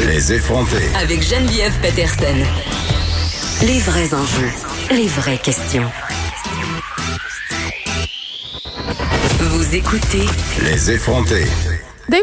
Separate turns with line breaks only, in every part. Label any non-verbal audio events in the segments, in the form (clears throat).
Les, les effronter.
Avec Geneviève Peterson. Les vrais enjeux, les vraies questions. Vous écoutez
Les effronter.
Dave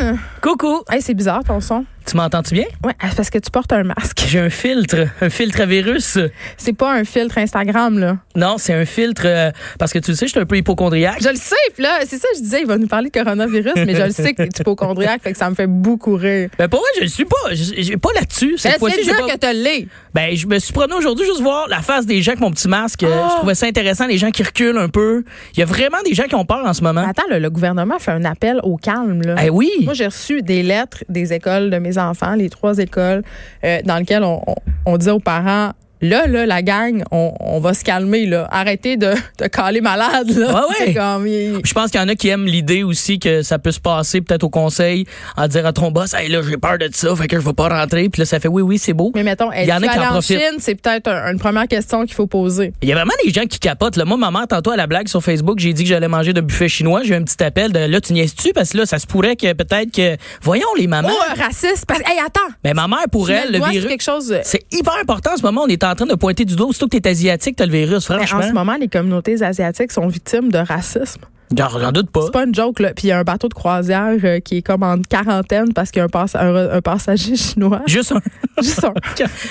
Morgan!
Coucou,
Hey, c'est bizarre ton son.
tu m'entends-tu bien?
Ouais, ah, c'est parce que tu portes un masque.
J'ai un filtre, un filtre à virus.
C'est pas un filtre Instagram, là.
Non, c'est un filtre euh, parce que tu le sais, je suis un peu hypochondriaque.
Je le sais, puis là, c'est ça, je disais, il va nous parler de coronavirus, mais je le sais que t'es hypochondriaque, fait que ça me fait beaucoup rire.
Ben pour moi, je le suis pas. Je- J'ai pas là-dessus.
Mais Ben,
Cette
c'est
fois-ci, j'ai
dire
pas-
que t'as l'es.
Ben, je me suis promené aujourd'hui juste voir la face des gens avec mon petit masque. Euh,
Ah!
Je trouvais ça intéressant, les gens qui reculent un peu. Il y a vraiment des gens qui ont peur en ce moment.
Attends, là, le gouvernement fait un appel au calme, là.
Eh oui.
Moi, j'ai reçu des lettres des écoles de mes enfants, les trois écoles, euh, dans lesquelles on, on, on disait aux parents, là, là, la gang, on, on va se calmer, là. Arrêtez de, de caler malade, là.
Ah Ouais, ouais.
C'est comme, il-
Je pense qu'il y en a qui aiment l'idée aussi que ça peut se passer peut-être au conseil en dire à ton boss, hey là, j'ai peur de ça, fait que je vais pas rentrer. Puis là, ça fait oui, oui, c'est beau.
Mais mettons,
Il y en a
est-ce
qui en
allée en
profitent.
Chine, c'est peut-être un- une première question qu'il faut poser.
Il y a vraiment des gens qui capotent. Là. Moi, ma mère, tantôt à la blague sur Facebook, j'ai dit que j'allais manger de buffet chinois. J'ai eu un petit appel de là, tu niaises-tu? Parce que là, ça se pourrait que peut-être que. Voyons, les mamans.
Oh, un raciste. Parce... Hey, attends.
Mais ma mère, pour
Tu mets
elle, le
doigt sur
virus.
quelque chose. euh,
C'est hyper important en ce moment. On est en train de pointer du doigt. Surtout que t'es asiatique, t'as le virus,
mais
franchement.
en ce moment, les communautés asiatiques sont victimes de racisme.
J'en j'en doute pas.
C'est pas une joke, là. Puis il y a un bateau de croisière euh, qui est comme en quarantaine parce qu'il y a un, passe- un re- un passager (laughs) chinois.
Juste un. (laughs)
Juste un.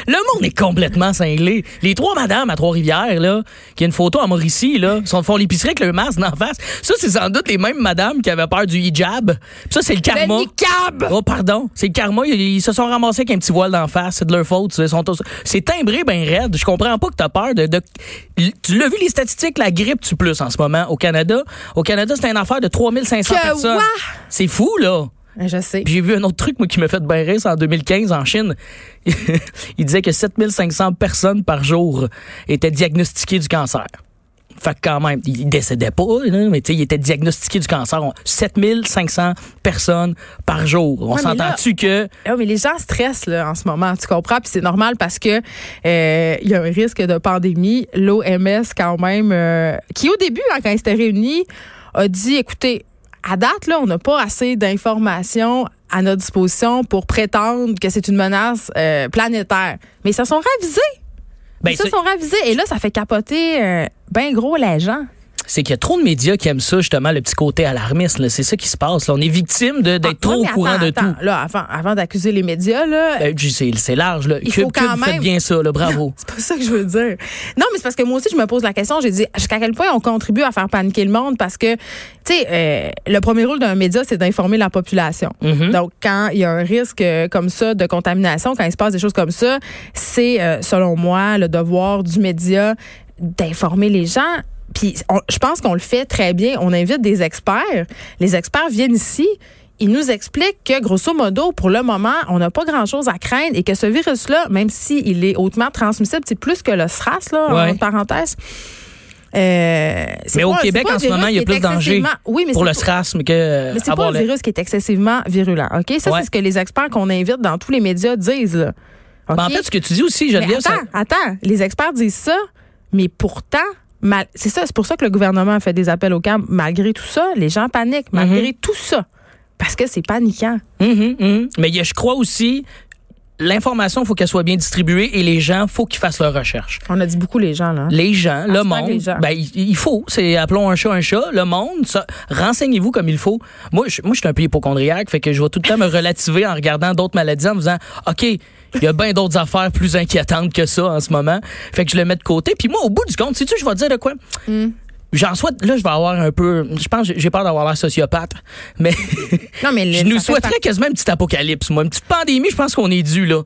Le monde est complètement cinglé. Les trois madames à Trois-Rivières, là, qui a une photo à Mauricie, là, sont font l'épicerie avec le masque d'en face. Ça, c'est sans doute les mêmes madames qui avaient peur du hijab. Puis ça, c'est le
Ben,
karma.
niqab!
Oh, pardon. C'est le karma. Ils, ils se sont ramassés avec un petit voile d'en face. C'est de leur faute. Ils sont tous- C'est timbré ben raide. Je comprends pas que t'as peur de, de- Tu l'as vu, les statistiques, la grippe tu plus en ce moment au Canada. Au Canada, c'est une affaire de 3500
Que
personnes.
what?
C'est fou, là.
Ouais, Je sais.
Puis j'ai vu un autre truc, moi, qui m'a fait bien rire, c'est en 2015, en Chine. (laughs) Il disait que 7500 personnes par jour étaient diagnostiquées du cancer. Fait que quand même, il décédait pas, là, mais tu sais, il était diagnostiqué du cancer. On- 7500 personnes par jour. On
Ouais, mais là-
s'entend-tu que...
Ah, mais les gens stressent là, en ce moment, tu comprends? Puis c'est normal parce que euh, il y a un risque de pandémie. L'OMS, quand même, euh, qui au début, là, quand ils s'étaient réunis, a dit écoutez, à date, là, on n'a pas assez d'informations à notre disposition pour prétendre que c'est une menace euh, planétaire. Mais ils se sont ravisés.
Ben,
ils se
c'est-
sont ravisés. Et là, ça fait capoter euh, ben gros les gens.
c'est qu'il y a trop de médias qui aiment ça, justement, le petit côté alarmiste. là. C'est ça qui se passe. là. On est victime de- d'être
Ah,
trop
ouais,
au
mais
courant
attends,
de
attends.
tout.
Là, avant, avant d'accuser les médias, là,
Ben, tu sais, C'est large. Là.
Il
Cube,
faut quand
Cube, vous faites
même-
bien ça. Là. Bravo.
C'est pas ça que je veux dire. Non, mais c'est parce que moi aussi, je me pose la question. J'ai dit jusqu'à quel point on contribue à faire paniquer le monde parce que, tu sais, euh, le premier rôle d'un média, c'est d'informer la population. Donc, quand il y a un risque euh, comme ça de contamination, quand il se passe des choses comme ça, c'est, euh, selon moi, le devoir du média d'informer les gens. Puis, on- je pense qu'on le fait très bien. On invite des experts. Les experts viennent ici. Ils nous expliquent que, grosso modo, pour le moment, on n'a pas grand-chose à craindre et que ce virus-là, même s'il est hautement transmissible, c'est plus que le SRAS, là,
Ouais.
entre parenthèses. euh, c'est
Mais au
pas- c'est
Québec,
pas un
en ce
virus
moment, il y a
qui est
plus de danger
excessivement- Oui, (laughs) mais
Pour
c'est
le
pas-
SRASM que...
mais c'est
avoir
pas un
le-
virus qui est excessivement virulent, OK? Ça,
Ouais.
c'est ce que les experts qu'on invite dans tous les médias disent, là. OK?
Mais Ben, en fait, ce que tu dis aussi,
Mais
Geneviève,
attends,
ça-
attends, les experts disent ça, mais pourtant, mal- c'est ça, c'est pour ça que le gouvernement a fait des appels au calme. Malgré tout ça, les gens paniquent, malgré tout ça, parce que c'est paniquant.
Mhm, mhm. mais il y a- je crois aussi, l'information, faut qu'elle soit bien distribuée et les gens, faut qu'ils fassent leur recherche.
On a dit beaucoup les gens, là.
Les gens, le
tu parles
monde,
des gens.
ben il il faut, c'est appelons un chat un chat, le monde, ça, renseignez-vous comme il faut. Moi, je, moi, je suis un peu hypochondriaque, fait que je vais tout le temps me relativer en regardant d'autres maladies en me disant, ok, il y a bien d'autres affaires plus inquiétantes que ça en ce moment, fait que je le mets de côté. Puis moi, au bout du compte, sais-tu, je vais te dire de quoi J'en souhaite, là, je vais avoir un peu, je pense, que j'ai peur d'avoir l'air sociopathe, mais (laughs)
Non, mais
Je
le-
nous
ça fait
souhaiterais quasiment un petit apocalypse, moi. Une petite pandémie, je pense qu'on est dû, là.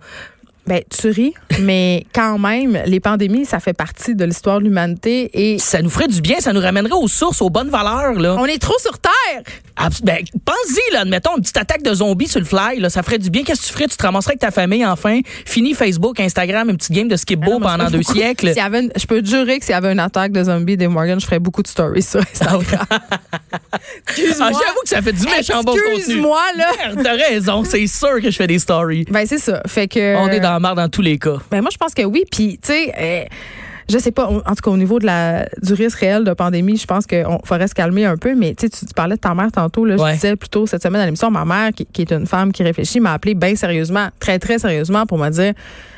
Ben, tu ris, mais quand même, les pandémies, ça fait partie de l'histoire de l'humanité et
Ça nous ferait du bien, ça nous ramènerait aux sources, aux bonnes valeurs, là.
on est trop sur Terre.
Abs- Ben, pense-y, là, admettons, une petite attaque de zombies sur le fly, là, ça ferait du bien. Qu'est-ce que tu ferais? Tu te ramasserais avec ta famille, enfin. Fini Facebook, Instagram, une petite game de
Ah Oh,
skip-bo pendant deux siècles.
S'il y avait une- je peux te jurer que s'il y avait une attaque de zombies des Morgan, je ferais beaucoup de stories (laughs) sur Instagram.
Ah, J'avoue que ça fait du méchant bon contenu.
Excuse-moi, là.
Merde, T'as raison, c'est sûr que je fais des stories.
Ben, c'est ça. Fait que.
On est dans la merde dans tous les cas.
Ben, moi, je pense que oui. Puis, tu sais, euh, je sais pas, on- en tout cas au niveau de la, du risque réel de pandémie, je pense qu'on faudrait se calmer un peu, mais tu sais, tu tu parlais de ta mère tantôt, là,
Ouais.
je disais plutôt cette semaine à l'émission, ma mère, qui, qui est une femme qui réfléchit, m'a appelé bien sérieusement, très, très sérieusement pour me dire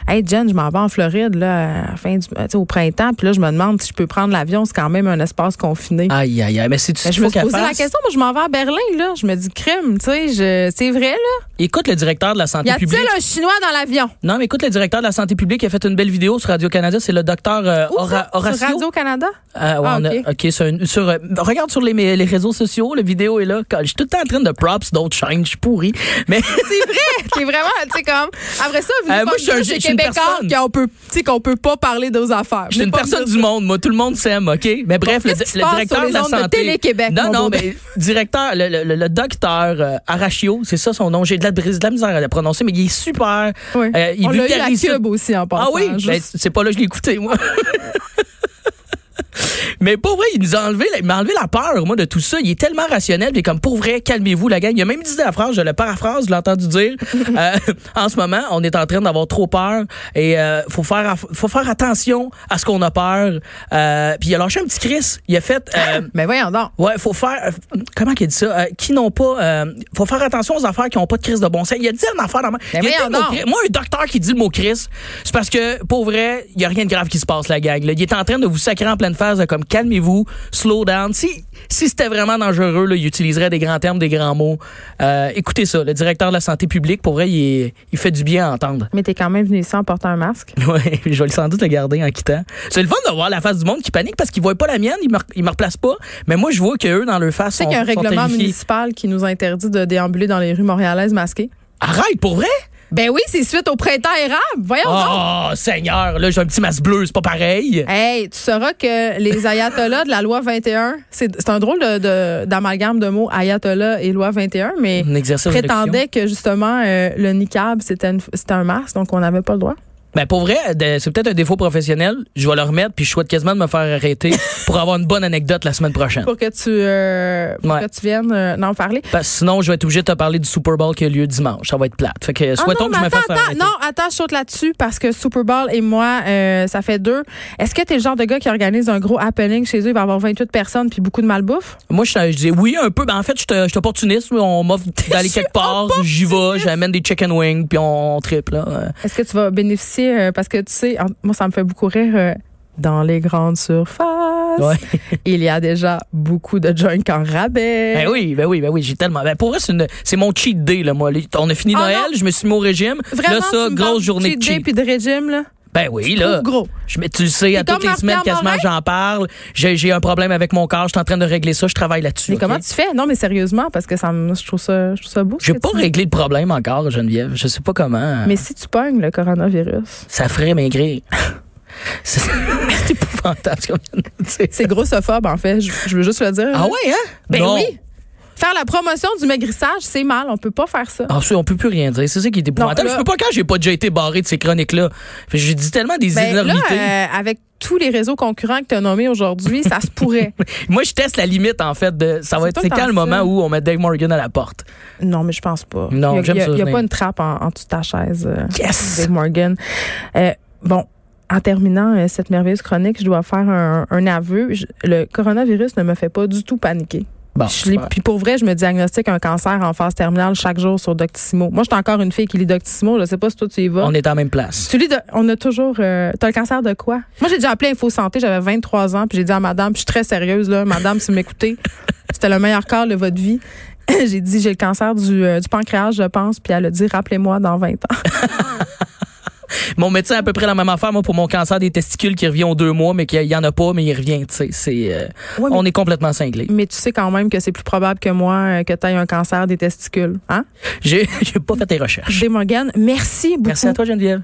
Hey Jen, je m'en vais en Floride là, à la fin du, tu sais, au printemps, puis là, je me demande si je peux prendre l'avion, c'est quand même un espace confiné.
Aïe, aïe, aïe. Mais c'est tu
Ben,
sais
je me
Ah, faut
suis
qu'elle
posé la
fasse?
question, moi je m'en vais à Berlin, là. Je me dis crime, tu sais, je- c'est vrai, là.
Écoute le directeur de la santé
Y a-t-il
publique.
un Chinois dans l'avion?
Non, mais écoute le directeur de la santé publique qui a fait une belle vidéo sur Radio-Canada. C'est le docteur euh,
Où
Ora-
ça?
Horacio.
Sur Radio-Canada? (laughs)
Ah, ouais,
Ah,
on a-
ok.
ok, sur une- sur, euh, regarde sur les, mes- les réseaux sociaux, la vidéo est là. Je suis tout le temps en train de props d'autres chaînes, je suis pourri. Mais
C'est
(laughs)
vrai, c'est vraiment, tu sais, comme. Après ça, vous
Euh,
euh,
moi, je suis un- je
des
suis une
Québécois
personne.
qu'on peut, tu sais, qu'on peut pas parler d'aux affaires.
Je suis
Venez
une
pas me
personne
dire
du monde, moi. Tout le monde s'aime, OK? Mais bref, le,
qu'est-ce qui se
le
passe
directeur
sur les
de la
ondes de
santé.
Télé-Québec,
non,
mon
non,
beau
mais directeur, le, le- le- le docteur euh, Arachio, c'est ça son nom. J'ai de la, brise- de la misère à le prononcer, mais il est super.
ça. Oui.
euh, il
On l'a eu à
vulgarise ça.
Cube aussi, en passant.
Ah oui?
juste.
Ben, c'est pas là que je l'ai écouté, moi. (laughs) Mais pour vrai, il nous a enlevé, la- il m'a enlevé la peur, moi, de tout ça. Il est tellement rationnel, puis comme pour vrai, calmez-vous, la gang. Il a même dit la phrase, je le paraphrase, je l'ai entendu (laughs) dire. Euh, en ce moment, on est en train d'avoir trop peur et euh, faut faire, aff- faut faire attention à ce qu'on a peur. Euh, puis il a lâché un petit Chris. Il a fait. (laughs) euh,
Mais voyons donc.
Ouais, faut faire. euh, comment qu'il dit ça? Euh, qui n'ont pas. euh, faut faire attention aux affaires qui n'ont pas de crise de bon sens. Il a dit une affaire dans ma.
Mais
Il a dit
Ben voyons
le mot
donc.
cri- Moi, un docteur qui dit le mot crise, c'est parce que, pour vrai, il n'y a rien de grave qui se passe, la gang. là. Il est en train de vous sacrer en pleine phase, de comme calmez-vous, slow down. Si, si c'était vraiment dangereux, là, il utiliserait des grands termes, des grands mots. Euh, écoutez ça, le directeur de la santé publique, pour vrai, il, est- il fait du bien à entendre.
Mais t'es quand même venu ici en portant un masque.
(laughs) Ouais, je vais le- sans doute le garder en quittant. C'est le fun de voir la face du monde qui panique parce qu'ils voient pas la mienne, ils me, ils me replacent pas. Mais moi, je vois qu'eux, dans leur
Tu
face,
sais qu'il y a un
sont- sont
règlement
terrifiés.
municipal qui nous interdit de déambuler dans les rues montréalaises masquées.
Arrête, pour vrai?
Ben oui, c'est suite au printemps érable. Voyons donc.
Oh, Seigneur, là, j'ai un petit masque bleu, c'est pas pareil.
Hey, tu sauras que les ayatollahs de la loi 21, c'est c'est un drôle d'amalgame de, d'amalgame de mots ayatollah et loi 21, mais
Un exercice de réflexion.
prétendaient que justement euh, le niqab c'était une- c'était un masque, donc on n'avait pas le droit.
Ben, pour vrai, de- c'est peut-être un défaut professionnel. Je vais le remettre, puis je souhaite quasiment de me
(laughs)
faire arrêter pour avoir une bonne anecdote la semaine prochaine.
Pour que tu, euh, pour
Ouais.
que tu viennes euh, en parler.
Parce que sinon, je vais être obligé de te parler du Super Bowl qui a lieu dimanche. Ça va être plate. Fait que
Ah
souhaitons
non,
que je
mais
me
attends,
fasse
attends,
arrêter.
non, attends, je saute là-dessus parce que Super Bowl et moi, euh, ça fait deux. Est-ce que t'es le genre de gars qui organise un gros happening chez eux, il va y avoir 28 personnes puis beaucoup de malbouffe?
Moi, je, je dis oui un peu. Ben, en fait, je te- je suis opportuniste.
(laughs)
On m'offre d'aller quelque part. J'y vais, j'amène des chicken wings, puis on, on triple. Là. Ouais.
Est-ce que tu vas bénéficier, euh, parce que tu sais, en- moi ça me fait beaucoup rire, euh, dans les grandes surfaces,
Ouais.
(laughs) il y a déjà beaucoup de junk en rabais.
Ben oui, ben oui, ben oui, j'ai tellement. Ben pour vrai, c'est une- c'est mon cheat day, là, moi. Les- On a fini
Ah
Noël,
non.
je me suis mis au régime.
Vraiment,
là, ça,
tu me parles
grosse
de
journée
cheat
de
day
cheat.
puis de régime, là?
Ben oui, là.
trouves gros.
Je, mais tu le sais, à
T'es
toutes les
comme
semaines,
Marc-Pierre
quasiment, j'en parle. J'ai j'ai un problème avec mon corps, je suis en train de régler ça, je travaille là-dessus.
Mais
ok?
comment tu fais? Non, mais sérieusement, parce que ça me- je trouve ça, je trouve ça beau. ce
J'ai
que
pas
tu dis.
réglé le problème encore, Geneviève. Je sais pas comment.
Mais si tu pognes le
(laughs)
coronavirus,
Ça ferait
(laughs)
maigrir. c'est (laughs) c'est épouvantable ce qu'on vient de dire.
c'est grossophobe, en fait. Je, je veux juste le dire.
Ah ouais, hein?
Ben
Non.
oui. Faire la promotion du maigrissage, c'est mal. On peut pas faire ça.
Ah, ça, on peut plus rien dire. C'est ça qui est épouvantable.
là-
Je peux pas quand j'ai pas déjà été barré de ces chroniques-là. Fait que J'ai dit tellement des
Ben, là,
énormités.
euh, avec tous les réseaux concurrents que tu as nommés aujourd'hui, ça se
(laughs)
pourrait.
Moi, je teste la limite, en fait, de ça va
euh, C'est
être
pas
c'est quand
tant
le
ça.
moment où on met Dave Morgan à la porte.
Non, mais je pense pas.
Non,
Il y a-
j'aime
Il
ça,
n'y a,
mais-
pas une trappe en, en dessous de ta chaise, euh,
Yes!
Dave Morgan. Euh, bon. En terminant euh, cette merveilleuse chronique, je dois faire un, un aveu. Je- le coronavirus ne me fait pas du tout paniquer.
Bon,
Je l'ai-
Ah, super.
puis pour vrai, je me diagnostique un cancer en phase terminale chaque jour sur Doctissimo. Moi, j'étais encore une fille qui lit Doctissimo. Je sais pas si toi tu y vas.
on est en même place.
Tu lis, de- on a toujours. euh, T'as le cancer de quoi? Moi, j'ai déjà appelé Info Santé, j'avais 23 ans, puis j'ai dit à madame, puis je suis très sérieuse, là, madame, si vous m'écoutez, (laughs) c'était le meilleur quart de votre vie. (clears throat) j'ai dit, j'ai le cancer du, euh, du pancréas, je pense, puis elle a dit, rappelez-moi dans 20 ans.
Mon médecin a à peu près la même affaire, moi, pour mon cancer des testicules qui revient aux deux mois, mais qu'il y en a pas, mais il revient, tu sais. C'est, euh,
Ouais, mais-
on est complètement cinglés.
Mais tu sais quand même que c'est plus probable que moi euh, que tu aies un cancer des testicules. Hein?
J'ai, (laughs) j'ai pas fait tes recherches.
Jay Morgan, merci beaucoup.
Merci à toi, Geneviève.